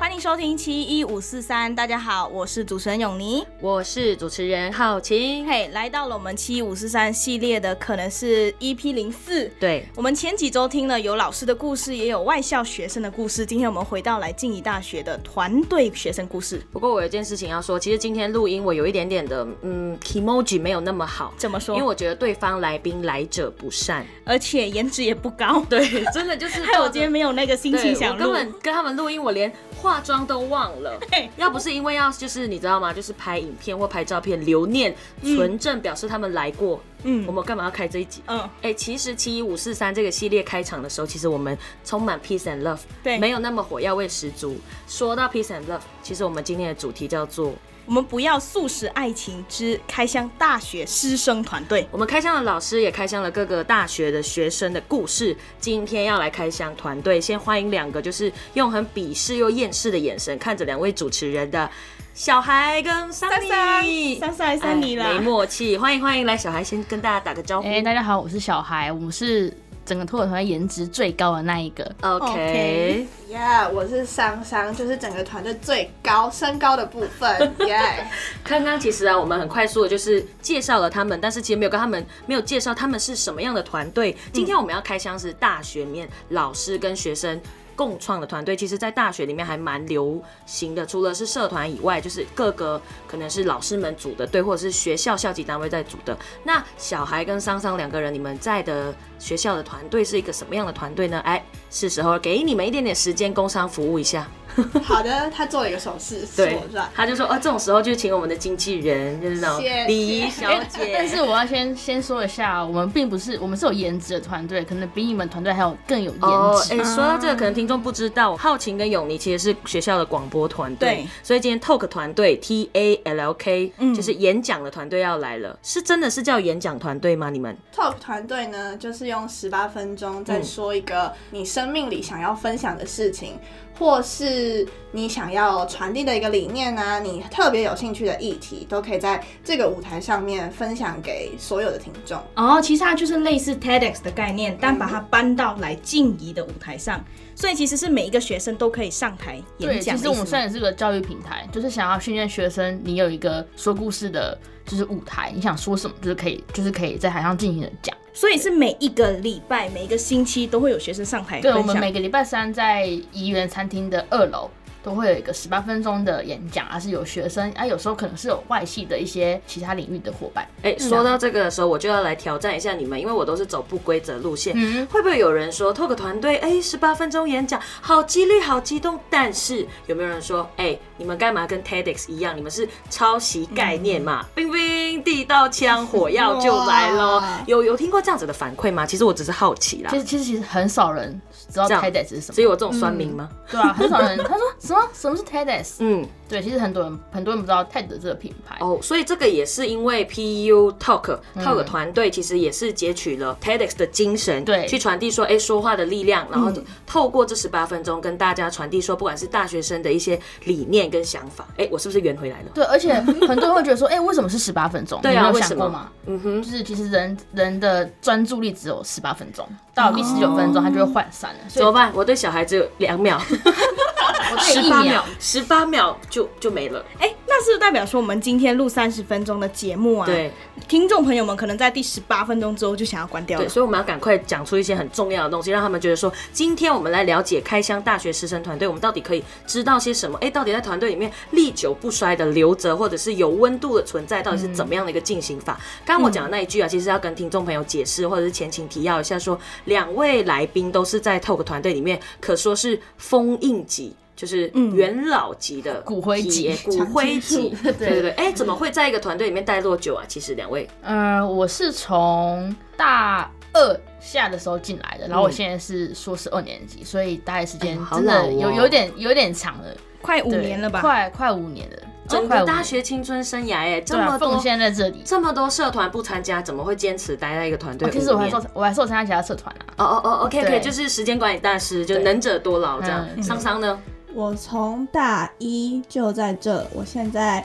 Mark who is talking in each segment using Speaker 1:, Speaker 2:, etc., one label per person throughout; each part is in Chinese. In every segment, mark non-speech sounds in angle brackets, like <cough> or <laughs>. Speaker 1: 欢迎收听七一五四三，大家好，我是主持人永妮。
Speaker 2: 我是主持人浩晴。
Speaker 1: 嘿、来到了我们七一五四三系列的，可能是 EP 零四。
Speaker 2: 对，
Speaker 1: 我们前几周听了有老师的故事，也有外校学生的故事，今天我们回到来静宜大学的团队学生故事，
Speaker 2: 不过我有一件事情要说，其实今天录音我有一点点的，嗯，emoji 没有那么好，
Speaker 1: 怎么
Speaker 2: 因
Speaker 1: 说？
Speaker 2: 为我觉得对方来宾来者不善。
Speaker 1: 而且颜值也不高，
Speaker 2: <laughs>
Speaker 1: <laughs>
Speaker 2: 对，真的就是
Speaker 1: 害我今天没有那个心情
Speaker 2: 对
Speaker 1: 想
Speaker 2: 我根
Speaker 1: 录。
Speaker 2: 本跟他们录音，我连化妆都忘了。
Speaker 1: 嘿
Speaker 2: 要不是因为要就是你知道吗？就是拍影片或拍照片留念存证，表示他们来过。
Speaker 1: 嗯
Speaker 2: 我们干嘛要开这一集？
Speaker 1: 嗯，
Speaker 2: 哎、其实七一五四三这个系列开场的时候，其实我们充满 peace and love，
Speaker 1: 对
Speaker 2: 没有那么火药味十足。说到 peace and love，其实我们今天的主题叫做
Speaker 1: 我们不要素食爱情之开箱大学师生团队。
Speaker 2: 我们开箱的老师也开箱了各个大学的学生的故事，今天要来开箱团队，先欢迎两个就是用很鄙视又厌世的眼神看着两位主持人的小孩跟桑尼，
Speaker 1: 三三三你
Speaker 2: 哎
Speaker 1: 啦
Speaker 2: 没，默契，欢迎欢迎，来小孩先跟大家打个招呼。
Speaker 3: 哎、大家好，我是小孩，我是整个脱口团队颜值最高的那一个。
Speaker 2: OK，
Speaker 1: OK
Speaker 4: 耶我是桑桑，就是整个团队最高身高的部
Speaker 2: <laughs>
Speaker 4: 分，耶、
Speaker 2: 刚刚其实啊，我们很快速的就是介绍了他们，但是其实没有跟他们没有介绍他们是什么样的团队。今天我们要开箱是大学里面老师跟学生。共创的团队，其实，在大学里面还蛮流行的。除了是社团以外，就是各个可能是老师们组的队，或者是学校校级单位在组的。那小孩跟桑桑两个人，你们在的学校的团队是一个什么样的团队呢？哎，是时候给你们一点点时间工商服务一下。
Speaker 4: 好的，他做了一个手势，手
Speaker 2: 对
Speaker 4: 软，。
Speaker 2: 他就说，哦，这种时候就请我们的经纪人，就是那种
Speaker 4: 谢谢
Speaker 2: 礼仪小姐。
Speaker 3: 哎但是我要先先说一下，我们并不是我们是有颜值的团队，可能比你们团队还有更有颜值。
Speaker 2: 哦，哎、说到这个，可能听众不知道，浩晴跟永妮其实是学校的广播团队
Speaker 1: 对，
Speaker 2: 所以今天 Talk 团队 T A L L K，、就是
Speaker 3: 嗯
Speaker 2: 演讲的团队要来了，是真的是叫演讲团队吗？你们
Speaker 4: Talk 团队呢，就是用十八分钟
Speaker 1: 嗯
Speaker 4: 再说一个你生命里想要分享的事情，或是你想要传递的一个理念啊，你特别有兴趣的议题，都可以在这个舞台上面分享给所有的听众。
Speaker 1: 哦，其实它就是类似 TEDx 的概念，但把它搬到来静怡的舞台上，所以其实是每一个学生都可以上台
Speaker 3: 对，
Speaker 1: 演讲
Speaker 3: 其
Speaker 1: 的意思吗。
Speaker 3: 实我们算也是个教育平台，就是想要训练学生，你有一个说故事的，就是舞台，你想说什么，就是可以，就是可以在台上尽情的讲。
Speaker 1: 所以是每一个礼拜、每一个星期都会有学生上台哎分
Speaker 3: 对，
Speaker 1: 享。
Speaker 3: 我们每个礼拜三在怡园餐厅的二楼都会有一个十八分钟的演讲，而是有学生，啊，有时候可能是有外系的一些其他领域的伙伴。
Speaker 2: 哎、说到这个的时候，我就要来挑战一下你们，因为我都是走不规则路线。
Speaker 3: 嗯
Speaker 2: 会不会有人说 Talk 团队，哎、十八分钟演讲，好激烈，好激动？但是有没有人说，哎、你们干嘛跟 TEDx 一样？你们是抄袭概念嘛？冰冰地道枪火药就来喽
Speaker 4: 哇！
Speaker 2: 有有听过这样子的反馈吗？其实我只是好奇啦
Speaker 3: 其。实其实其实很少人知道
Speaker 2: 啊这样
Speaker 3: TEDx 是什
Speaker 2: 只
Speaker 3: 么，
Speaker 2: 有我这种酸民吗？
Speaker 3: 对啊，很
Speaker 2: <laughs>
Speaker 3: 少人。他说什么什么是 TEDx？
Speaker 2: 嗯，
Speaker 3: 对，其实很多人很多人不知道 TED 这个品牌。
Speaker 2: 哦，所以这个也是因为 PU Talk Talk 团队其实也是截取了 TEDx 的精神，
Speaker 3: 对
Speaker 2: 去传递说，哎、说话的力量，然后透过这十八分钟跟大家传递说，不管是大学生的一些理念跟想法，哎、我是不是圆回来了？
Speaker 3: 对，而且很多人会觉
Speaker 2: <laughs>
Speaker 3: 得说，哎、为什么是十八分钟？
Speaker 2: 对
Speaker 3: 你
Speaker 2: 啊，
Speaker 3: 没有
Speaker 2: 为
Speaker 3: 想
Speaker 2: 什
Speaker 3: 过
Speaker 2: 么
Speaker 3: 吗？？
Speaker 2: 嗯哼，
Speaker 3: 就是其实人人的专注力只有十八分钟，到了第十九分
Speaker 2: 哦
Speaker 3: 钟他就会涣散了。
Speaker 2: 怎
Speaker 3: 所以
Speaker 2: 么办？我对小孩只有两秒，
Speaker 3: 我这
Speaker 2: 十
Speaker 3: 一
Speaker 2: 八
Speaker 3: 秒
Speaker 2: 秒，十八秒就就没了。
Speaker 1: 哎、那是不是代表说我们今天录三十分钟的节目啊？，
Speaker 2: 对
Speaker 1: 听众朋友们可能在第十八分钟之后就想要关掉了
Speaker 3: 嗯
Speaker 2: 对，。所以我们要赶快讲出一些很重要的东西，让他们觉得说，今天我们来了解开箱大学师生团队，我们到底可以知道些什么？哎，到底在团队里面历久不衰的留着，或者是有温度的存在，到底是怎么样的一个进行法？刚刚我讲的那一句啊，其实要跟听众朋友解释，或者是前情提要一下说，两位来宾都是在 Talk 团队里面，可说是封印级。就是元老级的
Speaker 3: 嗯骨灰级
Speaker 2: 体骨灰级，对对
Speaker 3: <laughs> 对
Speaker 2: 对。哎，怎么会在一个团队里面待多久啊？其实两位
Speaker 3: 嗯、我是从大二下的时候进来的，然后我
Speaker 2: 嗯
Speaker 3: 现在是硕士二年级，所以大概时间
Speaker 2: 哎好
Speaker 3: 真
Speaker 2: 老
Speaker 3: 的
Speaker 2: 哦
Speaker 3: 有有点有点长了，
Speaker 1: 快五
Speaker 3: 对
Speaker 1: 年了吧？
Speaker 3: 快快五年了，
Speaker 2: 整
Speaker 3: 哦快
Speaker 2: 个
Speaker 3: 五
Speaker 2: 大
Speaker 3: 年
Speaker 2: 学青春生涯，哎，这
Speaker 3: 对啊
Speaker 2: 么多
Speaker 3: 奉献在这里。
Speaker 2: 这么多社团不参加，怎么会坚持待在一个团队、
Speaker 3: 哦
Speaker 2: 五
Speaker 3: 其实我还
Speaker 2: 年
Speaker 3: 受我还受参加其他社团啊，
Speaker 2: 哦哦哦，OK OK，
Speaker 3: 对
Speaker 2: 就是时间管理大师，就
Speaker 3: 对
Speaker 2: 能者多劳这样。
Speaker 3: 嗯
Speaker 2: 桑桑呢？
Speaker 4: 我从大一就在这，我现在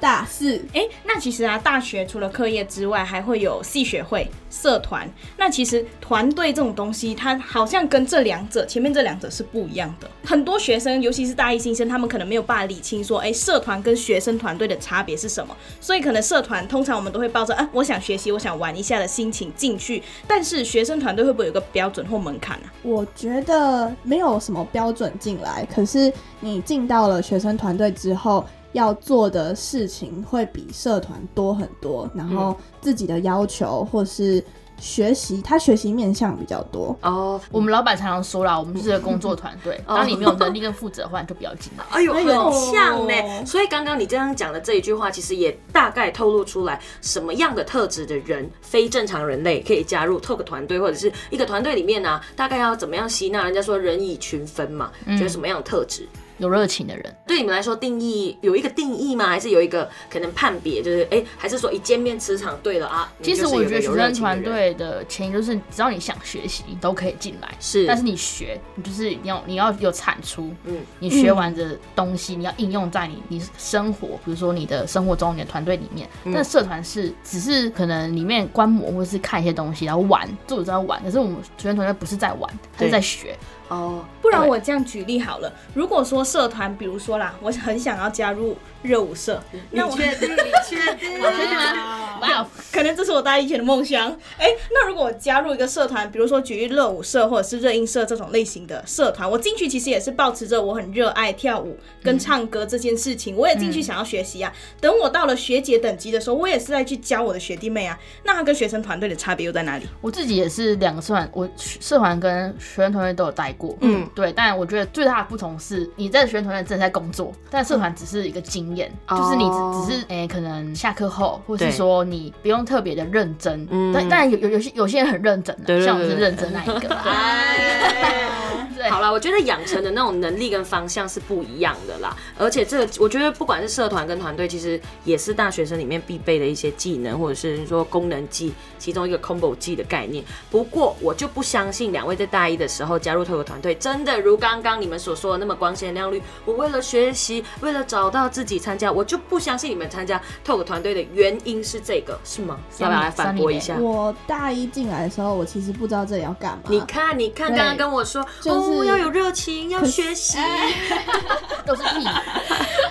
Speaker 4: 大四，
Speaker 1: 哎、那其实啊，大学除了课业之外，还会有系学会，社团。那其实团队这种东西，它好像跟这两者前面这两者是不一样的。很多学生，尤其是大一新生，他们可能没有办法理清说，哎、社团跟学生团队的差别是什么。所以可能社团通常我们都会抱着啊，我想学习，我想玩一下的心情进去。但是学生团队会不会有个标准或门槛啊？
Speaker 4: 我觉得没有什么标准进来，可是你进到了学生团队之后，要做的事情会比社团多很多，然后自己的要求或是学习，他学习面向比较多。
Speaker 2: 哦，
Speaker 3: 我们老板常常说啦，我们是个工作团队，
Speaker 2: 哦
Speaker 3: 当你没有能力跟负责的话，你就不要进来。
Speaker 2: 哎呦，
Speaker 1: 哎
Speaker 2: 很
Speaker 1: 呦
Speaker 2: 像呢、所以刚刚你这样讲的这一句话，其实也大概透露出来什么样的特质的人，非正常人类可以加入 Talk 团队或者是一个团队里面呢、啊，大概要怎么样吸纳？人家说人以群分嘛，
Speaker 3: 嗯
Speaker 2: 就是什么样的特质？
Speaker 3: 有热情的人，
Speaker 2: 对你们来说，定义有一个定义吗？还是有一个可能判别？就是哎，还是说一见面磁场对了啊？你
Speaker 3: 其实
Speaker 2: 就是
Speaker 3: 我
Speaker 2: 有
Speaker 3: 觉得
Speaker 2: 个
Speaker 3: 学
Speaker 2: 有热
Speaker 3: 生
Speaker 2: 情的
Speaker 3: 团
Speaker 2: 人
Speaker 3: 队的前提就是，只要你想学习，你都可以进来。
Speaker 2: 是，
Speaker 3: 但是你学，你就是你要你要有产出，
Speaker 2: 嗯
Speaker 3: 嗯，你学完的东西你要应用在你你生活，比如说你的生活中、你的团队里面。
Speaker 2: 嗯
Speaker 3: 那社团是只是可能里面观摩或是看一些东西，然后玩，做组在玩。可是我们学生团队不是在玩，他
Speaker 2: 对
Speaker 3: 是在学。
Speaker 2: 哦，
Speaker 1: 不然
Speaker 3: 对
Speaker 1: 我这样举例好了，如果说社团，比如说啦，我很想要加入热舞社，那我
Speaker 2: 定？你确
Speaker 3: <laughs>
Speaker 2: 定？
Speaker 3: 真的吗？哇，
Speaker 1: 可能这是我大家以前的梦想。哎、那如果我加入一个社团，比如说举例热舞社或者是热音社这种类型的社团，我进去其实也是保持着我很热爱跳舞跟唱歌这件事情，我也进去想要学习啊。
Speaker 3: 嗯
Speaker 1: 等我到了学姐等级的时候，我也是在去教我的学弟妹啊。那他跟学生团队的差别又在哪里？
Speaker 3: 我自己也是两个社团，我社团跟学生团队都有待过，嗯，对。但我觉得最大的不同是，你在学生团队正在工作，但社团只是一个经验，就是你
Speaker 2: 哦
Speaker 3: 只只是诶、可能下课后，或
Speaker 2: 对
Speaker 3: 是说你不用特别的认真，
Speaker 2: 嗯
Speaker 3: 但但有有有些有些人很认真、啊，
Speaker 2: 对对对
Speaker 3: 像我是认真那
Speaker 2: <laughs>
Speaker 3: 一个啦。对
Speaker 2: 好了，我觉得养成的那种能力跟方向是不一样的啦。而且这个，我觉得不管是社团跟团队，其实也是大学生里面必备的一些技能，或者是说功能技其中一个 combo 技的概念。不过我就不相信两位在大一的时候加入特有团队，真的如刚刚你们所说的那么光鲜亮丽。我为了学习，为了找到自己参加，我就不相信你们参加特有团队的原因是这个，是 <laughs> 吗？要不要来反驳一下？
Speaker 4: 我大一进来的时候，我其实不知道这里要干嘛。
Speaker 2: 嗯你看，你看，
Speaker 4: 对
Speaker 2: 刚刚跟我说，
Speaker 4: 就是
Speaker 2: 哦，要有热情，要学
Speaker 4: <laughs>
Speaker 2: 习，
Speaker 3: 都是屁，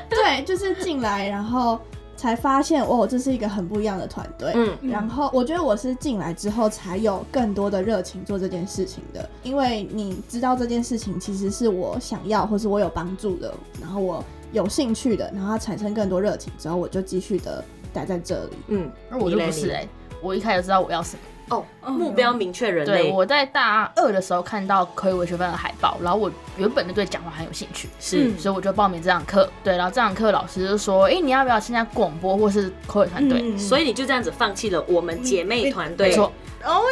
Speaker 4: 对，就是进来，然后才发现哦，这是一个很不一样的团队。
Speaker 2: 嗯，
Speaker 4: 然后我觉得我是进来之后才有更多的热情做这件事情的，因为你知道这件事情其实是我想要或是我有帮助的，然后我有兴趣的，然后它产生更多热情之后，我就继续的待在这里。
Speaker 2: 嗯，
Speaker 3: 那我就不是
Speaker 2: 你嘞
Speaker 3: 哎、我一开始就知道我要什么。
Speaker 2: 哦，目标明确人
Speaker 3: 对，
Speaker 2: 类，
Speaker 3: 我在大二的时候看到科以为学分的海报，然后我原本就对讲话很有兴趣，
Speaker 2: 是
Speaker 1: 嗯
Speaker 3: 所以我就报名这堂课。对，然后这堂课老师就说：“哎、你要不要参加广播或是口语团队？”
Speaker 1: 嗯
Speaker 2: 所以你就这样子放弃了我们姐妹团
Speaker 3: 没
Speaker 2: 队
Speaker 3: 错，
Speaker 1: 哦，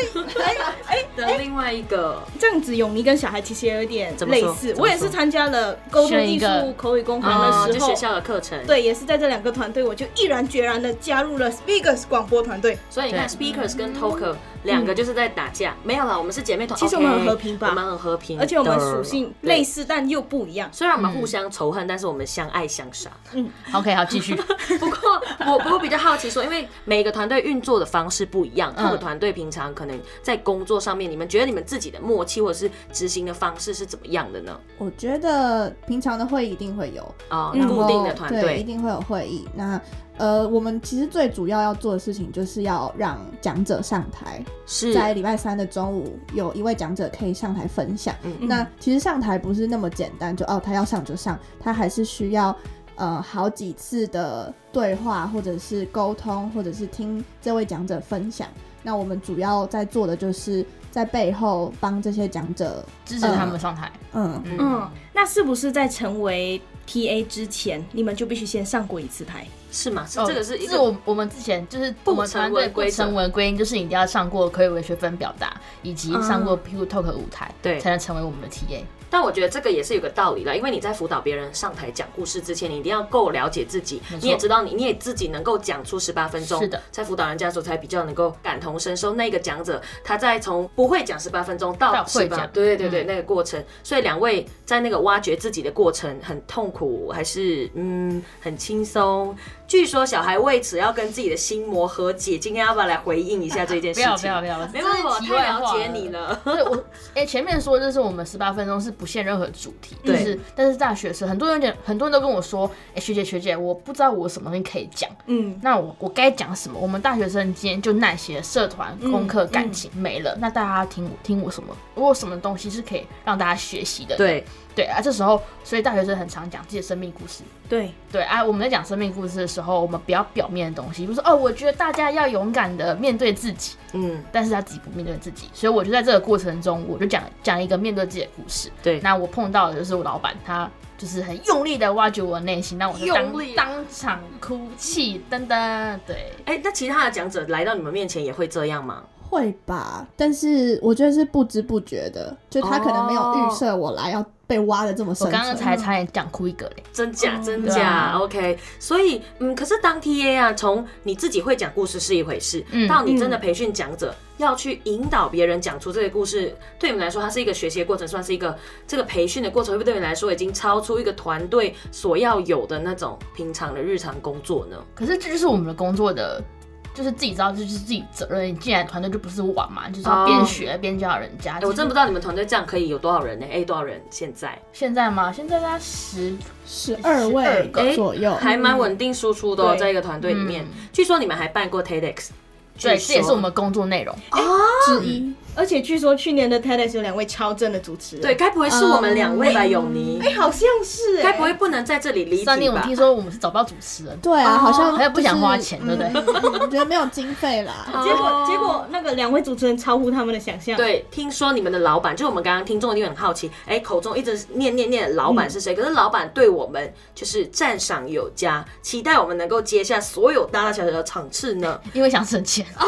Speaker 2: 的另外一个，
Speaker 1: 这样子，永妮跟小孩其实也有一点
Speaker 2: 怎么
Speaker 1: 类
Speaker 2: 说
Speaker 1: 似
Speaker 2: 怎么。说
Speaker 1: 我也是参加了沟通
Speaker 3: 选
Speaker 1: 艺
Speaker 3: 一个
Speaker 1: 术口语工团
Speaker 2: 啊，
Speaker 1: 的时
Speaker 2: 就
Speaker 1: 候，
Speaker 2: 学校的课程，，
Speaker 1: 对，也是在这两个团队，我就毅然决然的加入了 Speakers 广播团队。
Speaker 2: 所以你看
Speaker 3: 对
Speaker 2: ，speakers 跟 talker 两个就是在打架，没有嗯啦，我们是姐妹团，
Speaker 1: 其实我们
Speaker 2: OK，
Speaker 1: 很和平吧
Speaker 2: 我们很和平，
Speaker 1: 而且我们
Speaker 2: 的
Speaker 1: 属性
Speaker 2: 嗯对
Speaker 1: 类似，但又不一样。
Speaker 2: 虽然我们互相仇恨，但是我们相爱相杀。 <laughs>
Speaker 3: OK，好，继续。
Speaker 2: 不过我我比较好奇说，因为每个团队运作的方式不一样，各个团队平常可能在工作上面，你们觉得你们自己的默契或者是执行的方式是怎么样的呢？
Speaker 4: 我觉得平常的会议一定会有，
Speaker 2: 啊、
Speaker 1: 嗯
Speaker 2: 固定的
Speaker 4: 然后
Speaker 2: 团
Speaker 4: 对，
Speaker 2: 队，
Speaker 4: 一定会有会议。那呃，我们其实最主要要做的事情就是要让讲者上台，
Speaker 3: 嗯
Speaker 2: 是
Speaker 4: 在礼拜三的中午，有一位讲者可以上台分享。
Speaker 2: 嗯
Speaker 4: 那其实上台不是那么简单，就哦，他要上就上，他还是需要呃好几次的对话，或者是沟通，或者是听这位讲者分享。那我们主要在做的就是在背后帮这些讲者
Speaker 3: 支持他们上台。
Speaker 4: 嗯，
Speaker 1: 嗯，那是不是在成为 TA 之前，你们就必须先上过一次台？
Speaker 2: 是吗？是
Speaker 3: 哦
Speaker 2: 这个是一
Speaker 3: 是
Speaker 2: 个
Speaker 3: 我我们之前就是
Speaker 2: 不
Speaker 3: 我们
Speaker 2: 成
Speaker 3: 团
Speaker 2: 文
Speaker 3: 队不
Speaker 2: 规则
Speaker 3: 成文规定，就是你一定要上过科以为学分表达，以及上过 P U Talk 舞台，
Speaker 2: 嗯对
Speaker 3: 才能成为我们的 TA。
Speaker 2: 但我觉得这个也是有个道理啦，因为你在辅导别人上台讲故事之前，你一定要够了解自己
Speaker 3: 没，错
Speaker 2: 你也知道你你也自己能够讲出十八分钟，
Speaker 3: 是的，
Speaker 2: 在辅导人家的时候才比较能够感同身受那个讲者他在从不会讲十八分钟到
Speaker 3: 到
Speaker 2: 十
Speaker 3: 会
Speaker 2: 八，
Speaker 3: 讲嗯
Speaker 2: 对对对对，那个过程。所以两位在那个挖掘自己的过程很痛苦，还是嗯很轻松？据说小孩为此要跟自己的心魔和解。今天要不要来回应一下这件
Speaker 3: 不
Speaker 2: 事情？
Speaker 3: 要不要不要，
Speaker 2: 没办法，我太了解你了。
Speaker 3: 对我，哎、前面说就是我们十八分钟是不限任何主题，就
Speaker 2: 对
Speaker 3: 是但是大学生很多人讲，很多人都跟我说，哎、学姐学姐，我不知道我有什么东西可以讲，
Speaker 1: 嗯，
Speaker 3: 那我我该讲什么？我们大学生今天就那些社团、
Speaker 2: 嗯
Speaker 3: 功课、感情没了，那大家听我听我什么？我有什么东西是可以让大家学习的？
Speaker 2: 对，
Speaker 3: 对啊，这时候所以大学生很常讲自己的生命故事，
Speaker 1: 对，
Speaker 3: 对啊，我们在讲生命故事的时候，我们不要表面的东西，比如说哦，我觉得大家要勇敢的面对自己，
Speaker 2: 嗯，
Speaker 3: 但是他自己不面对自己，所以我就在这个过程中，我就讲讲一个面对自己的故事。
Speaker 2: 对
Speaker 3: 那我碰到的就是我老板，他就是很用力的挖掘我的内心，那我就
Speaker 2: 用力啊
Speaker 3: 当当场哭泣，噔噔，对，
Speaker 2: 哎、那其他的讲者来到你们面前也会这样吗？
Speaker 4: 会吧，但是我觉得是不知不觉的，就他可能没有预设我来要被挖的这么
Speaker 3: 我
Speaker 4: 深。
Speaker 3: 刚刚才差点讲哭一个嘞，
Speaker 2: 真假真
Speaker 3: 对
Speaker 2: 假、
Speaker 3: 啊
Speaker 2: o k 所以嗯，可是当 TA 啊，从你自己会讲故事是一回事，
Speaker 3: 嗯
Speaker 2: 到你真的培训讲者、要去引导别人讲出这个故事，对你们来说，它是一个学习的过程，算是一个这个培训的过程，会不会对你来说已经超出一个团队所要有的那种平常的日常工作呢？
Speaker 3: 可是这就是我们的工作的。就是自己知道，这就是自己责任。你进来团队就不是玩嘛，就是要
Speaker 2: 哦
Speaker 3: 边学边教人家。
Speaker 2: 哎、我真不知
Speaker 3: 道
Speaker 2: 道你们团队这样可以有多少人呢、哎、多少人现在
Speaker 3: 现在吗？现在大概十
Speaker 4: 十二位
Speaker 3: 12个
Speaker 4: 左右，嗯
Speaker 2: 还蛮稳定输出的、哦，
Speaker 4: 对
Speaker 2: 在一个团队里面、
Speaker 3: 嗯
Speaker 2: 据说你们还办过 TEDx，
Speaker 3: 对，
Speaker 2: 据
Speaker 3: 这也是
Speaker 2: 说
Speaker 3: 我们工作内容。
Speaker 4: 之一。
Speaker 1: 而且据说去年的 TEDx 有两位超正的主持人，
Speaker 2: 对，，该不会是我们两位吧，
Speaker 3: 嗯
Speaker 2: 永妮？
Speaker 1: 哎、好像是、哎
Speaker 2: 该不会不能在这里离题吧？
Speaker 3: 上年我听说我们是找不到主持人，
Speaker 4: 对啊，好像
Speaker 3: 哦还有不想
Speaker 4: 就是
Speaker 3: 花钱对不对
Speaker 4: 嗯我觉得没有经费啦。
Speaker 1: 结果结果那个两位主持人超乎他们的想象，，
Speaker 2: 对，听说你们的老板，就是我们刚刚听众一定很好奇，哎、口中一直念念念老
Speaker 3: 嗯
Speaker 2: 板是谁？可是老板对我们就是赞赏有加，期待我们能够接下所有大大小小的场次呢。
Speaker 3: 因为想省钱。啊，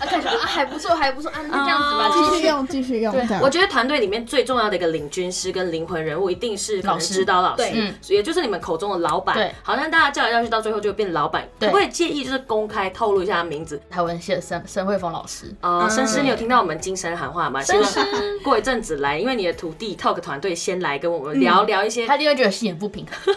Speaker 3: 看起来啊还不错，还不错，啊，那这样子吧，
Speaker 4: <laughs> 继
Speaker 3: 继
Speaker 4: 续
Speaker 3: 续。
Speaker 4: 用，继续用，
Speaker 3: 对
Speaker 4: 这样
Speaker 2: 我觉得团队里面最重要的一个领军师跟灵魂人物，一定是可能
Speaker 3: 老师
Speaker 2: 指导老师
Speaker 1: 对
Speaker 3: 嗯，
Speaker 2: 也就是你们口中的老板。
Speaker 3: 对
Speaker 2: 好像大家叫来叫去，到最后就变老板。
Speaker 3: 对
Speaker 2: 可不可以介意就是公开透露一下他名字？
Speaker 3: 台湾系的申申慧峰老师，
Speaker 2: 呃，
Speaker 4: 嗯
Speaker 2: 深师，你有听到我们精神喊话吗？希
Speaker 3: 深
Speaker 2: 望过一阵子来，因为你的徒弟 Talk 团队先来跟我
Speaker 3: 嗯
Speaker 2: 们聊聊一些
Speaker 3: 他一定会觉得心眼不平衡。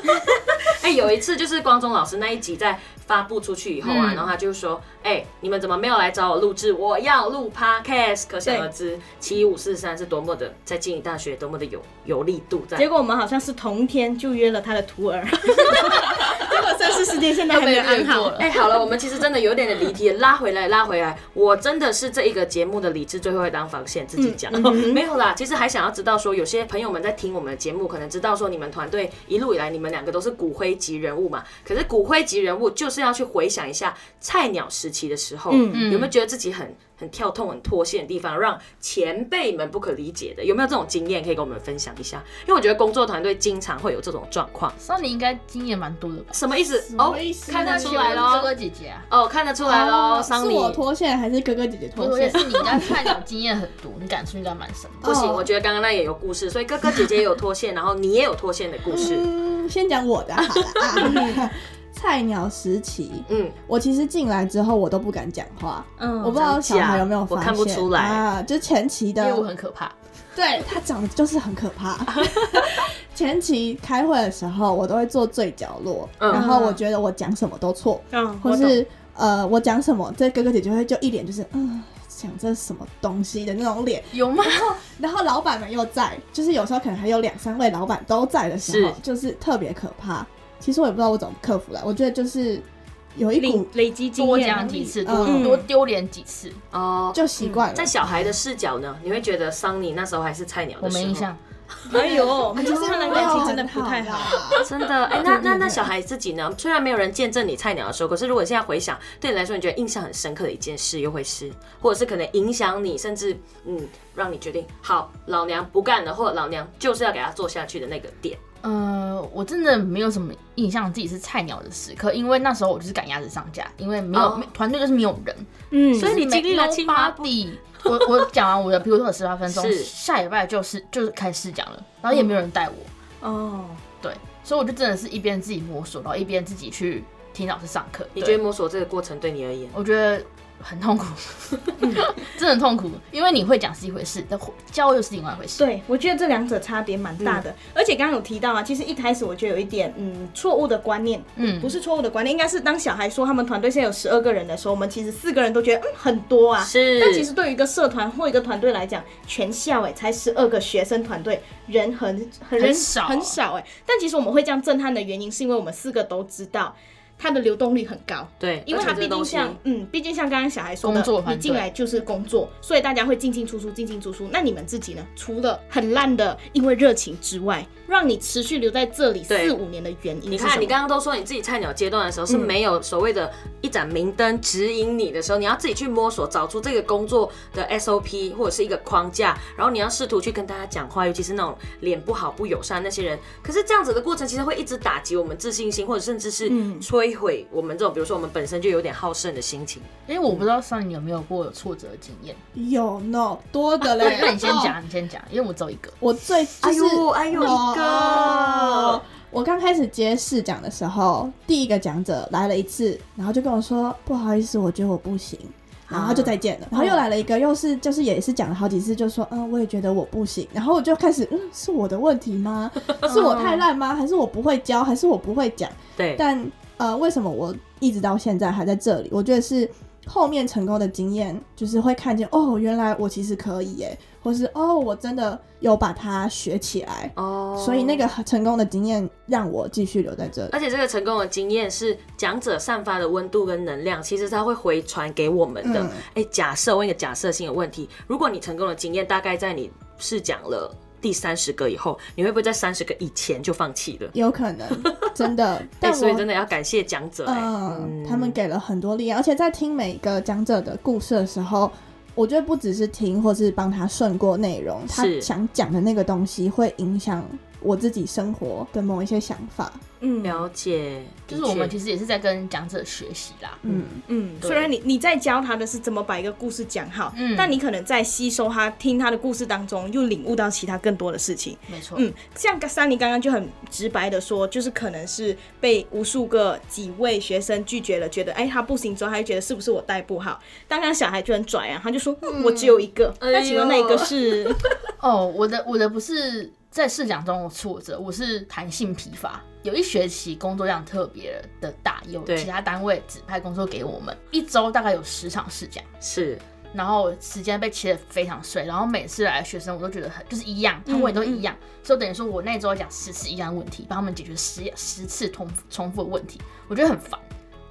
Speaker 2: 哎、有一次就是光宗老师那一集在发布出去以后啊，
Speaker 3: 嗯
Speaker 2: 然后他就说：“哎、你们怎么没有来找我录制？我要录 podcast。”可想而知，七五四三是多么的在经营大学多么的有有力度在。
Speaker 1: 结果我们好像是同天就约了他的徒儿，结果绅士世界现在还没有安
Speaker 3: 又被略过
Speaker 1: 好
Speaker 2: <laughs>
Speaker 3: 了，
Speaker 2: 哎、好了，我们其实真的有点的离题，拉回来，拉回来。我真的是这一个节目的理智最后会当防线，自
Speaker 4: 嗯
Speaker 2: 己讲、 <laughs> 没有啦。其实还想要知道说，有些朋友们在听我们的节目，可能知道说你们团队一路以来，你们两个都是骨灰级人物嘛。可是骨灰级人物就是要去回想一下菜鸟时期的时候，
Speaker 4: 嗯
Speaker 2: 有没有觉得自己很很跳痛、很脱线的地方，让前辈们不可理解的？有没有这种经验可以跟我们分享一下？因为我觉得工作团队经常会有这种状况。
Speaker 3: 上你应该经验蛮多的吧？
Speaker 2: 什么意思？
Speaker 4: 什么意思
Speaker 2: 哦、看得
Speaker 4: 那
Speaker 2: 出来
Speaker 3: 哥
Speaker 2: 咯。
Speaker 3: 哥姐姐啊，
Speaker 2: 哦，看得出来喽，桑
Speaker 4: 是
Speaker 2: 尼。
Speaker 4: 我脱线还是哥哥姐姐
Speaker 3: 我
Speaker 4: 脱
Speaker 3: 我也
Speaker 4: 线？
Speaker 3: 是，你应该菜鸟经验很多，你感触应该蛮深的。
Speaker 2: 不行，
Speaker 4: 哦
Speaker 2: 我觉得刚刚那也有故事，所以哥哥姐姐也有脱线，然后你也有脱线的故事。
Speaker 4: 嗯，先讲我的好了 <laughs> 啊。菜鸟时期，
Speaker 2: 嗯，
Speaker 4: 我其实进来之后我都不敢讲话，
Speaker 1: 嗯，
Speaker 4: 我不知道小孩有没有
Speaker 2: 我
Speaker 4: 发现，
Speaker 2: 看不出来
Speaker 4: 啊，就前期的
Speaker 3: 业务很可怕，
Speaker 4: 对他长得就是很可怕。 <laughs> 前期开会的时候，我都会坐最角落，
Speaker 2: 嗯
Speaker 4: 然后我觉得我讲什么都错，
Speaker 1: 嗯，
Speaker 4: 或
Speaker 1: 我懂
Speaker 4: 是呃我讲什么，这哥哥姐姐会就一脸就是嗯讲这什么东西的那种脸。
Speaker 3: 有吗？
Speaker 4: 然后老板们又在，就是有时候可能还有两三位老板都在的时候
Speaker 2: 是，
Speaker 4: 就是特别可怕。其实我也不知道我怎么克服的，我觉得就是有一
Speaker 1: 累
Speaker 4: 股
Speaker 1: 累积经
Speaker 3: 多
Speaker 1: 验
Speaker 3: 讲
Speaker 1: 能
Speaker 3: 几
Speaker 1: 力
Speaker 3: 次，多
Speaker 4: 嗯
Speaker 3: 多丢脸几次，
Speaker 2: 哦，
Speaker 4: 就习
Speaker 1: 嗯
Speaker 4: 惯了。
Speaker 2: 在小孩的视角呢，你会觉得桑尼那时候还是菜鸟
Speaker 3: 我
Speaker 2: 的时
Speaker 3: 没
Speaker 2: 候。
Speaker 3: 印象。
Speaker 1: 哎呦，
Speaker 4: 啊
Speaker 1: 其实他的感情真的不太
Speaker 4: 没有很
Speaker 1: 好。
Speaker 4: 好啦。
Speaker 2: 真的，哎、那那那小孩自己呢？虽然没有人见证你菜鸟的时候，可是如果你现在回想，对你来说，你觉得印象很深刻的一件事，又会是，或者是可能影响你，甚至嗯，让你决定，好，老娘不干了，或者老娘就是要给他做下去的那个点。
Speaker 3: 呃，我真的没有什么印象自己是菜鸟的时刻，因为那时候我就是赶鸭子上架，因为没有
Speaker 2: 哦
Speaker 3: 没团队、就是没有人，
Speaker 1: 嗯，
Speaker 2: 所以你经历了青蛙不
Speaker 3: 底。我我讲完我的，比如说有十八分钟
Speaker 2: 是，
Speaker 3: 下礼拜就是就是开始试讲了，然后也没有人带我，
Speaker 1: 哦，
Speaker 3: 对，所以我就真的是一边自己摸索，然后一边自己去听老师上课。
Speaker 2: 你
Speaker 3: 对
Speaker 2: 觉得摸索这个过程对你而言，
Speaker 3: 我觉得很痛 <laughs> 苦，真的很痛苦，因为你会讲是一回事，但教又是另外一回事。
Speaker 1: 对，我觉得这两者差别蛮大的。而且刚刚有提到啊，其实一开始我就有一点嗯错误的观念，嗯，不是错误的观念，应该是当小孩说他们团队现在有十二个人的时候，我们其实四个人都觉得嗯很多啊，
Speaker 2: 是
Speaker 1: 但其实对于一个社团或一个团队来讲，全校哎、才十二个学生团队，人很很人
Speaker 3: 很少
Speaker 1: 很少哎、但其实我们会这样震撼的原因，是因为我们四个都知道。它的流动率很高，
Speaker 2: 对，
Speaker 1: 因为
Speaker 2: 而且
Speaker 1: 它毕
Speaker 2: 这
Speaker 1: 竟
Speaker 2: 东西
Speaker 1: 像，嗯，毕竟像刚刚小孩说的，
Speaker 3: 工作团队
Speaker 1: 你进来就是工作，所以大家会进进出出，进进出出。那你们自己呢？除了很烂的因为热情之外，让你持续留在这里
Speaker 2: 对
Speaker 1: 四五年的原因
Speaker 2: 你
Speaker 1: 是什么，
Speaker 2: 看，你刚刚都说你自己菜鸟阶段的时候是
Speaker 4: 嗯
Speaker 2: 没有所谓的一盏明灯指引你的时候，你要自己去摸索，找出这个工作的 SOP 或者是一个框架，然后你要试图去跟大家讲话，尤其是那种脸不好、不友善那些人。可是这样子的过程，其实会一直打击我们自信心，或者甚至是
Speaker 4: 嗯
Speaker 2: 摧毁我们这种，比如说我们本身就有点好胜的心情。
Speaker 3: 因为我不知道上你有没有过有挫折的经验，
Speaker 4: 有 no 多的
Speaker 1: <laughs>
Speaker 4: 嘞。
Speaker 3: 那你先讲，你先讲，因为我只有一个。
Speaker 4: 我最
Speaker 2: 哎
Speaker 4: 就是
Speaker 2: 呦哎呦一个
Speaker 4: 哦我刚开始接试讲的时候，第一个讲者来了一次，然后就跟我说不好意思，我觉得我不行。
Speaker 2: 啊
Speaker 4: 然后他就再见了，然后又来了一个，又是就是也是讲了好几次，就说嗯，我也觉得我不行，然后我就开始嗯，是我的问题吗？是我太烂吗？还是我不会教？还是我不会讲？
Speaker 2: 对，
Speaker 4: 但呃，为什么我一直到现在还在这里？我觉得是后面成功的经验，就是会看见哦，原来我其实可以耶，或是哦，我真的有把它学起来。
Speaker 2: 哦
Speaker 4: 所以那个成功的经验让我继续留在这里
Speaker 2: 而。且这个成功的经验是讲者散发的温度跟能量，其实它会回传给我们的。哎
Speaker 4: 嗯、
Speaker 2: 假设问一个假设性的问题，如果你成功的经验大概在你试讲了第三十个以后，你会不会在三十个以前就放弃了？
Speaker 4: 有可能，真的，
Speaker 2: <laughs>
Speaker 4: 但
Speaker 2: 哎，
Speaker 4: 我
Speaker 2: 所以真的要感谢讲者、哎、
Speaker 4: 嗯，他们给了很多力量，而且在听每个讲者的故事的时候，我觉得不只是听，或是帮他顺过内容，他
Speaker 2: 是
Speaker 4: 想讲的那个东西会影响我自己生活的某一些想法。
Speaker 1: 嗯
Speaker 2: 了解，
Speaker 3: 就是我们其
Speaker 2: 实
Speaker 3: 实也是在跟讲者学习啦，
Speaker 4: 嗯，
Speaker 1: 嗯，
Speaker 3: 对
Speaker 1: 虽然你你在教他的是怎么把一个故事讲好，
Speaker 3: 嗯
Speaker 1: 但你可能在吸收他听他的故事当中，又领悟到其他更多的事情。
Speaker 3: 没错。
Speaker 1: 嗯，像珊妮刚刚就很直白的说，就是可能是被无数个几位学生拒绝了，觉得哎他不行之后，他就觉得是不是我带不好。刚刚小孩就很拽啊，他就说、嗯我只有一个，
Speaker 2: 哎呦
Speaker 1: 那请问那一个是？
Speaker 3: 哦，我的我的不是在试讲中的挫折，我是弹性疲乏。有一学期工作量特别的大，有
Speaker 2: 对
Speaker 3: 其他单位指派工作给我们，一周大概有十场试讲。
Speaker 2: 是
Speaker 3: 然后时间被切得非常碎，然后每次来的学生我都觉得很就是一样，他问题都一样，所以等于说我那周要讲十次一样的问题，帮他们解决十十次重复重复的问题，我觉得很烦，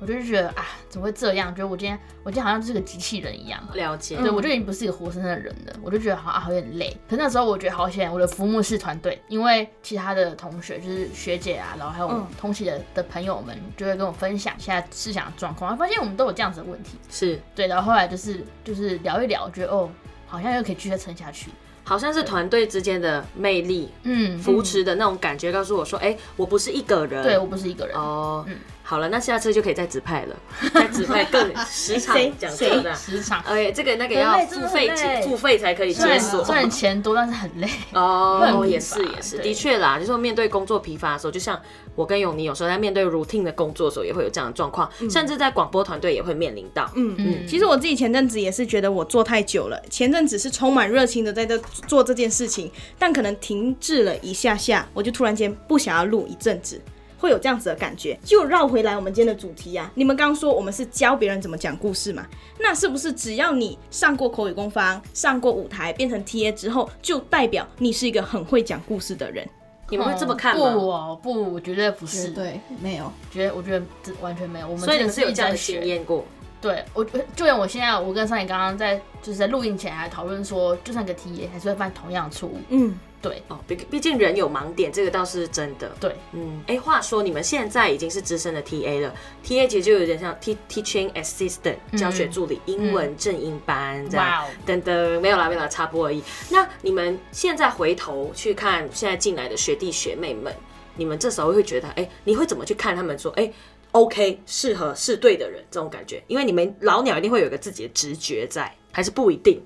Speaker 3: 我就是觉得啊，怎么会这样？觉得我今天我今天好像就是个机器人一样。啊
Speaker 2: 了解，
Speaker 3: 对，我就已经不是一个活生生的人了，我就觉得好像啊，有点累。可那时候我觉得好险，我的服务是团队，因为其他的同学就是学姐啊，然后还有我们
Speaker 1: 嗯
Speaker 3: 同期的、的朋友们，就会跟我分享现在思想的状况，发现我们都有这样子的问题，
Speaker 2: 是
Speaker 3: 对，然后后来就是就是聊一聊，觉得哦，好像又可以继续撑下去。
Speaker 2: 好像是团队之间的魅力、
Speaker 3: 嗯，
Speaker 2: 扶持的那种感觉，告诉我说，哎、我不是一个人，
Speaker 3: 对我嗯不是一个人，
Speaker 2: 哦，好了，那下次就可以再指派了，再指派更时常
Speaker 1: 谁
Speaker 2: 讲课的。
Speaker 3: 职场
Speaker 2: 哎，这个那个
Speaker 3: 很
Speaker 2: 要
Speaker 3: 累真
Speaker 2: 付
Speaker 3: 的
Speaker 2: 费
Speaker 3: 很
Speaker 2: 解
Speaker 3: 累
Speaker 2: 付费才可以
Speaker 3: 虽
Speaker 2: 解
Speaker 3: 然
Speaker 2: 锁。
Speaker 3: 虽然钱多，但是很累。会
Speaker 2: 哦，
Speaker 3: 很
Speaker 2: 也
Speaker 3: 疲
Speaker 2: 是
Speaker 3: 乏
Speaker 2: 也是，
Speaker 3: 对
Speaker 2: 的确啦，就是说面对工作疲乏的时候，就像我跟永妮有时候在面对 routine 的工作的时候，也会有这样的状况，甚至在广播团队也会面临到。 <laughs> 嗯，
Speaker 3: 嗯，
Speaker 1: 其实我自己前阵子也是觉得我做太久了，前阵子是充满热情的在这做这件事情，但可能停滞了一下下，我就突然间不想要录一阵子。会有这样子的感觉，就绕回来我们今天的主题啊。你们刚刚说我们是教别人怎么讲故事嘛？那是不是只要你上过口语工坊、上过舞台，变成 TA 之后，就代表你是一个很会讲故事的人？
Speaker 2: 你们会这么看
Speaker 3: 不
Speaker 2: 吗？
Speaker 3: 哦，不，我绝对不是，嗯
Speaker 4: 对，没有。
Speaker 3: 觉得我觉得这完全没有。我们
Speaker 2: 所以你
Speaker 3: 真
Speaker 2: 们
Speaker 3: 的
Speaker 2: 是有
Speaker 3: 一直
Speaker 2: 这样
Speaker 3: 在
Speaker 2: 的
Speaker 3: 学
Speaker 2: 经验过，
Speaker 3: 对我，就连我现在，我跟上野刚刚在就是在录音前还讨论说，就算个 T 也还是会犯同样的错误。
Speaker 1: 嗯，
Speaker 3: 对
Speaker 2: 哦，毕毕竟人有盲点，这个倒是真的。
Speaker 3: 对，
Speaker 2: 嗯，哎，话说你们现在已经是资深的 TA 了，TA 其实就有点像 T teaching assistant
Speaker 3: 嗯
Speaker 2: 教学助理，英文正音班这样
Speaker 3: 哇哦。
Speaker 2: 等等，没有啦，没有啦，插播而已。那你们现在回头去看现在进来的学弟学妹们，你们这时候会觉得，哎，你会怎么去看他们说，哎，OK，适合是对的人这种感觉？因为你们老鸟一定会有一个自己的直觉在，还是不一定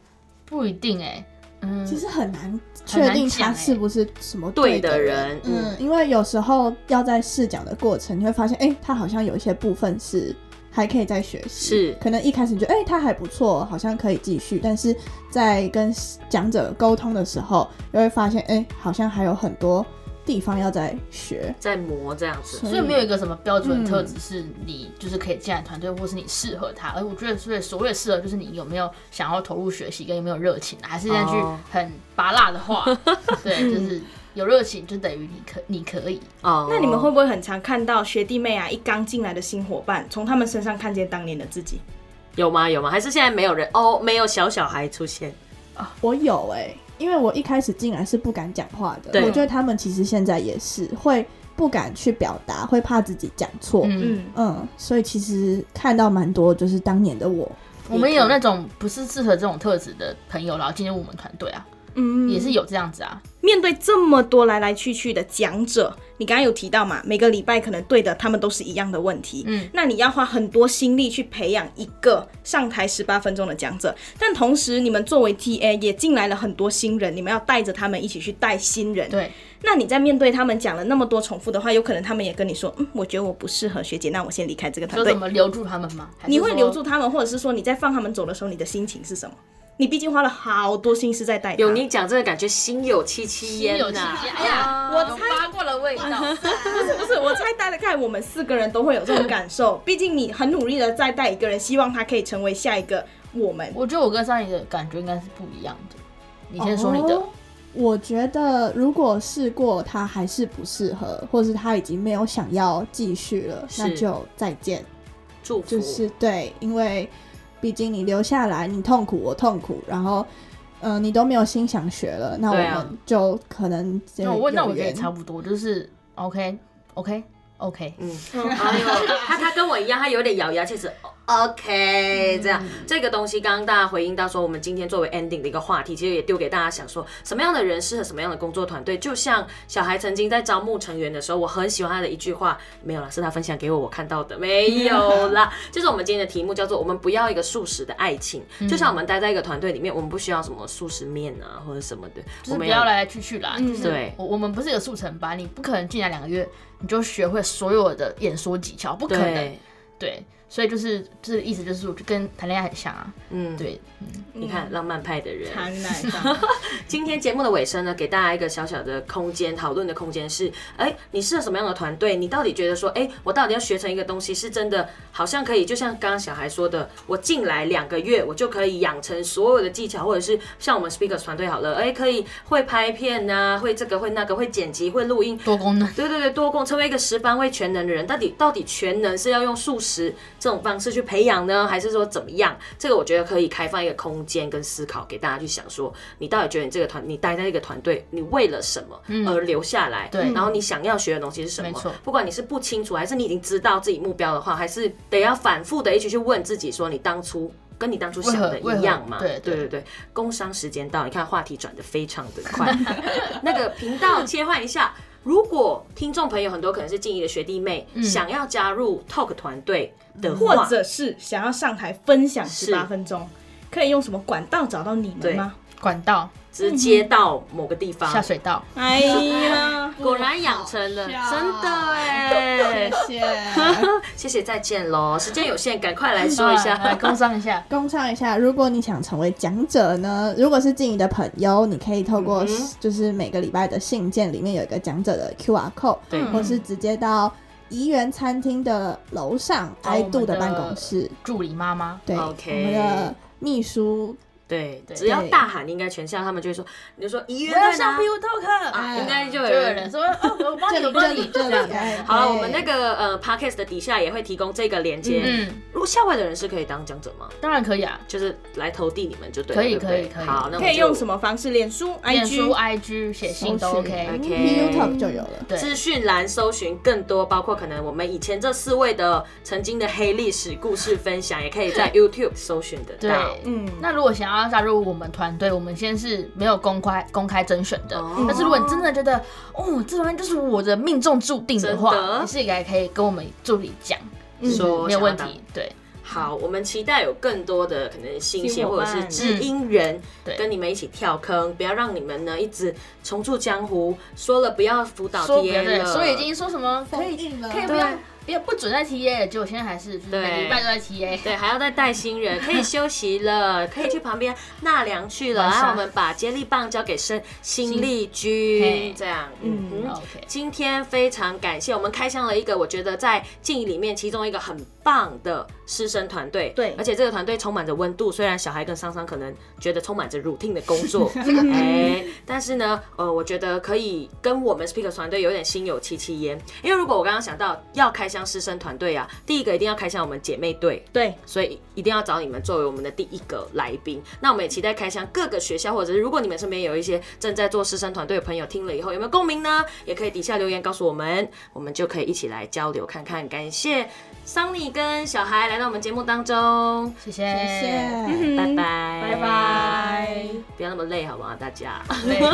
Speaker 3: 不一定哎、嗯，
Speaker 4: 其实很难
Speaker 3: 很
Speaker 4: 确
Speaker 3: 难
Speaker 4: 定他
Speaker 3: 讲欸
Speaker 4: 是不是什么
Speaker 2: 对的
Speaker 4: 的
Speaker 2: 人。嗯
Speaker 4: 嗯，因为有时候要在试讲的过程，你会发现，哎、他好像有一些部分是还可以再学习。
Speaker 2: 是
Speaker 4: 可能一开始你觉得哎、他还不错，好像可以继续，但是在跟讲者沟通的时候，又会发现哎、好像还有很多地方要再学。
Speaker 2: 在磨这样子。
Speaker 3: 所以没有
Speaker 1: 嗯
Speaker 3: 一个什么标准特质是你就是可以进来团队，或是你适合他。而我觉得，所以所谓的适合，就是你有没有想要投入学习，跟有没有热情啊，还是那句
Speaker 2: 哦
Speaker 3: 很拔辣
Speaker 1: <laughs>
Speaker 3: 的话，对，就是有热情就等于你可你可以。
Speaker 2: 哦，
Speaker 1: 那你们会不会很常看到学弟妹啊，一刚进来的新伙伴，从他们身上看见当年的自己？
Speaker 2: 有吗？有吗？还是现在没有人哦？没有小小孩出现，
Speaker 4: 我有哎、因为我一开始进来是不敢讲话的，
Speaker 2: 对
Speaker 4: 我觉得他们其实现在也是会不敢去表达，会怕自己讲错。嗯
Speaker 3: 嗯，
Speaker 4: 所以其实看到蛮多就是当年的我，
Speaker 3: 我们也有那种不是适合这种特质的朋友，然后进入我们团队啊，
Speaker 1: 嗯，
Speaker 3: 也是有这样子啊。
Speaker 1: 面对这么多来来去去的讲者，你刚刚有提到嘛，每个礼拜可能对的他们都是一样的问题，
Speaker 3: 嗯，
Speaker 1: 那你要花很多心力去培养一个上台十八分钟的讲者，但同时你们作为 TA 也进来了很多新人，你们要带着他们一起去带新人，
Speaker 3: 对，
Speaker 1: 那你在面对他们讲了那么多重复的话，有可能他们也跟你说，嗯，我觉得我不适合学姐，那我先离开这个团
Speaker 3: 说
Speaker 1: 队
Speaker 3: 怎。么留住他们吗？还是
Speaker 1: 你会
Speaker 3: 说
Speaker 1: 留住他们，或者是说你在放他们走的时候，你的心情是什么？你毕竟花了好多心思在带他。
Speaker 2: 有你讲这个感觉心有戚戚
Speaker 3: 心
Speaker 2: 焉
Speaker 3: 有戚
Speaker 2: 呐。啊
Speaker 3: 戚，哎呀，
Speaker 1: 我
Speaker 3: 有
Speaker 1: 猜
Speaker 3: 八卦的味道。
Speaker 1: 不是不是，我猜大概我们四个人都会有这种感受。毕竟你很努力的在带一个人，希望他可以成为下一个我们。
Speaker 3: 我觉得我跟上一个感觉应该是不一样的。你先说你的，
Speaker 4: 哦我觉得如果试过他还是不适合，或是他已经没有想要继续了，
Speaker 2: 是
Speaker 4: 那就再见。
Speaker 2: 祝福，
Speaker 4: 就是对，因为毕竟你留下来，你痛苦，我痛苦，然后。嗯、你都没有心想学了，那我
Speaker 2: 对啊
Speaker 4: 们就可能就
Speaker 3: 那我问，那我觉得也
Speaker 4: 缘
Speaker 3: 差不多，就是 OK OK OK，
Speaker 2: 嗯，哎呦，他他跟我一样，他有点咬牙切齿。OK，这样、这个东西，刚刚大家回应到说，我们今天作为 ending 的一个话题，其实也丢给大家想说，什么样的人适合什么样的工作团队。就像小孩曾经在招募成员的时候，我很喜欢他的一句话，没有啦，是他分享给我我看到的，没有啦。就是我们今天的题目叫做“我们不要一个素食的爱情”，就像我们待在一个团队里面，我们不需要什么素食面啊或者什么的，
Speaker 3: 就
Speaker 2: 我
Speaker 3: 是不
Speaker 2: 们嗯
Speaker 3: 要来来去去啦。就是
Speaker 2: 对
Speaker 3: 我我们不是一个速成班，你不可能进来两个月你就学会所有的演说技巧，不可能。
Speaker 2: 对，
Speaker 3: 对，所以就是就是意思就是我就跟谈恋爱很像啊。
Speaker 2: 嗯，
Speaker 3: 对，
Speaker 2: 你看浪漫派的人，
Speaker 1: 嗯谈奶
Speaker 2: <laughs>
Speaker 1: 爸
Speaker 2: 今天节目的尾声呢，给大家一个小小的空间，讨论的空间是，哎、你适合什么样的团队？你到底觉得说，哎、我到底要学成一个东西，是真的好像可以，就像刚刚小孩说的，我进来两个月，我就可以养成所有的技巧，或者是像我们 speakers 团队好了，哎、可以会拍片呐、会这个会那个，会剪辑，会录音。
Speaker 3: 多功能。
Speaker 2: 对对对，多功成为一个十方位全能的人，到底到底全能是要用素食这种方式去培养呢，还是说怎么样？这个我觉得可以开放一个空间跟思考给大家去想说，你到底觉得你这个团，你待在这个团队，你为了什么而留下来？
Speaker 3: 嗯对
Speaker 2: 然后你想要学的东西是什么？
Speaker 3: 没错
Speaker 2: 不管你是不清楚，还是你已经知道自己目标的话，还是得要反复的一起去问自己，说你当初。跟你当初想的
Speaker 3: 为何
Speaker 2: 一样嘛？
Speaker 3: 为何对
Speaker 2: 对
Speaker 3: 对
Speaker 2: 对对，工商时间到，你看话题转的非常的快， <laughs> 那个频道切换一下。如果听众朋友很多可能是静怡的学弟妹，
Speaker 3: 嗯
Speaker 2: 想要加入 Talk 团队的话，
Speaker 1: 或者是想要上台分享十八
Speaker 2: 是
Speaker 1: 分钟，可以用什么管道找到你们吗？
Speaker 3: 管道、
Speaker 2: 直接到某个地方，
Speaker 3: 下水道，
Speaker 1: 哎
Speaker 2: <laughs>
Speaker 1: 呀，
Speaker 2: 果然养成了，
Speaker 4: 好笑啊
Speaker 2: 真的哎，
Speaker 4: <laughs> 谢。
Speaker 2: 谢谢，再见喽，时间有限，赶快来说一
Speaker 3: <laughs> 啊来
Speaker 2: 下，
Speaker 3: 工商一下。
Speaker 4: 工商一下，如果你想成为讲者呢，如果是静怡的朋友，你可以透过
Speaker 2: 嗯哼
Speaker 4: 就是每个礼拜的信件里面有一个讲者的 QR code，
Speaker 2: 对
Speaker 3: 嗯
Speaker 4: 或是直接到怡园餐厅的楼上
Speaker 3: 找我
Speaker 4: 爱
Speaker 3: 们
Speaker 4: 度的
Speaker 3: 的
Speaker 4: 办公室，
Speaker 3: 助理妈妈，
Speaker 4: 对
Speaker 2: OK
Speaker 4: 我们的秘书
Speaker 2: 对，
Speaker 3: 对
Speaker 2: 只要大喊，应该全校他们就会说，你就说医院
Speaker 3: 我要
Speaker 2: 在哪
Speaker 3: 上 Bill Talk，、哎
Speaker 2: 啊，应该就
Speaker 3: 就
Speaker 2: 有
Speaker 3: 有
Speaker 2: 人
Speaker 3: 人说哦，我
Speaker 2: <laughs>
Speaker 3: 帮
Speaker 4: 这
Speaker 3: 你，
Speaker 4: 里
Speaker 3: 我
Speaker 4: 这
Speaker 3: 帮
Speaker 4: 里
Speaker 3: 你，
Speaker 4: 这
Speaker 3: 这 <laughs>
Speaker 4: 里，
Speaker 3: 样。
Speaker 4: 哎
Speaker 2: 好了，
Speaker 4: 对
Speaker 2: 我们那个呃 podcast 的底下也会提供这个连接。
Speaker 3: 嗯，
Speaker 2: 如果校外的人是可以当讲者吗？
Speaker 3: 当然可以啊，
Speaker 2: 就是来投递你们就对了，
Speaker 3: 可以
Speaker 2: 对不对
Speaker 3: 可以可以
Speaker 2: 好，那我
Speaker 1: 可以用
Speaker 2: 么？
Speaker 1: 什么方式？脸书、
Speaker 3: 脸书、
Speaker 2: 啊
Speaker 1: IG。
Speaker 3: IG、写信都
Speaker 4: 搜寻
Speaker 3: OK。
Speaker 2: OK
Speaker 4: PU Talk 就有了。
Speaker 3: 对，
Speaker 2: 资讯栏搜寻更多，包括可能我们以前这四位的曾经的黑历史故事分享，也可以在 YouTube 搜寻得
Speaker 3: 对
Speaker 2: 到。，
Speaker 1: 嗯，
Speaker 3: 那如果想要加入我们团队，我们先是没有公开公开甄选的，
Speaker 2: 哦
Speaker 3: 但是如果你真的觉得，哦，这玩意就是我的命中注定的话，
Speaker 2: 真的
Speaker 3: 你是也可以跟我们助理讲，
Speaker 2: 说
Speaker 3: 嗯
Speaker 1: 嗯
Speaker 3: 没有问
Speaker 2: 想要
Speaker 3: 题。对，
Speaker 2: 好，我们期待有更多的可能新
Speaker 1: 新
Speaker 2: 鲜
Speaker 1: 伙
Speaker 2: 或者是
Speaker 1: 伴
Speaker 2: 知音人、
Speaker 3: 嗯对
Speaker 2: 跟你们一起跳坑，不要让你们呢一直重出江湖。说了不要辅导
Speaker 3: 说不要
Speaker 2: TA
Speaker 3: 对，
Speaker 2: 了，
Speaker 3: 所以已经说什么可以
Speaker 4: 封印了
Speaker 3: 可以不
Speaker 2: 对
Speaker 3: 要别不准再 TA 了，结果现在还是就是每
Speaker 2: 对
Speaker 3: 礼拜都在 TA。
Speaker 2: 对，还要再带新人，可以休息了，可以去旁边纳凉去了。
Speaker 3: 晚上
Speaker 2: 然后我们把接力棒交给生新力
Speaker 3: 嘿
Speaker 2: 军，这样，嗯
Speaker 1: 嗯
Speaker 2: 哼。
Speaker 3: OK，
Speaker 2: 今天非常感谢我们开箱了一个我觉得在静怡里面其中一个很棒的师生团队，
Speaker 1: 对
Speaker 2: 而且这个团队充满着温度。虽然小孩跟桑桑可能觉得充满着 routine 的工作，哎，但是呢，呃，我觉得可以跟我们 Speaker 团队有点心有戚戚焉，因为如果我刚刚想到要开箱师生团队啊，第一个一定要开箱我们姐妹队，
Speaker 1: 对，
Speaker 2: 所以一定要找你们作为我们的第一个来宾。那我们也期待开箱各个学校，或者是如果你们身边有一些正在做师生团队的朋友，听了以后有没有共鸣呢？也可以底下留言告诉我们，我们就可以一起来交流看看。感谢桑尼跟小孩来到我们节目当中，
Speaker 3: 谢谢，
Speaker 4: 谢谢。
Speaker 2: 拜拜，
Speaker 1: 嗯拜拜。
Speaker 2: 不要那么累好吗？大家。
Speaker 3: 对。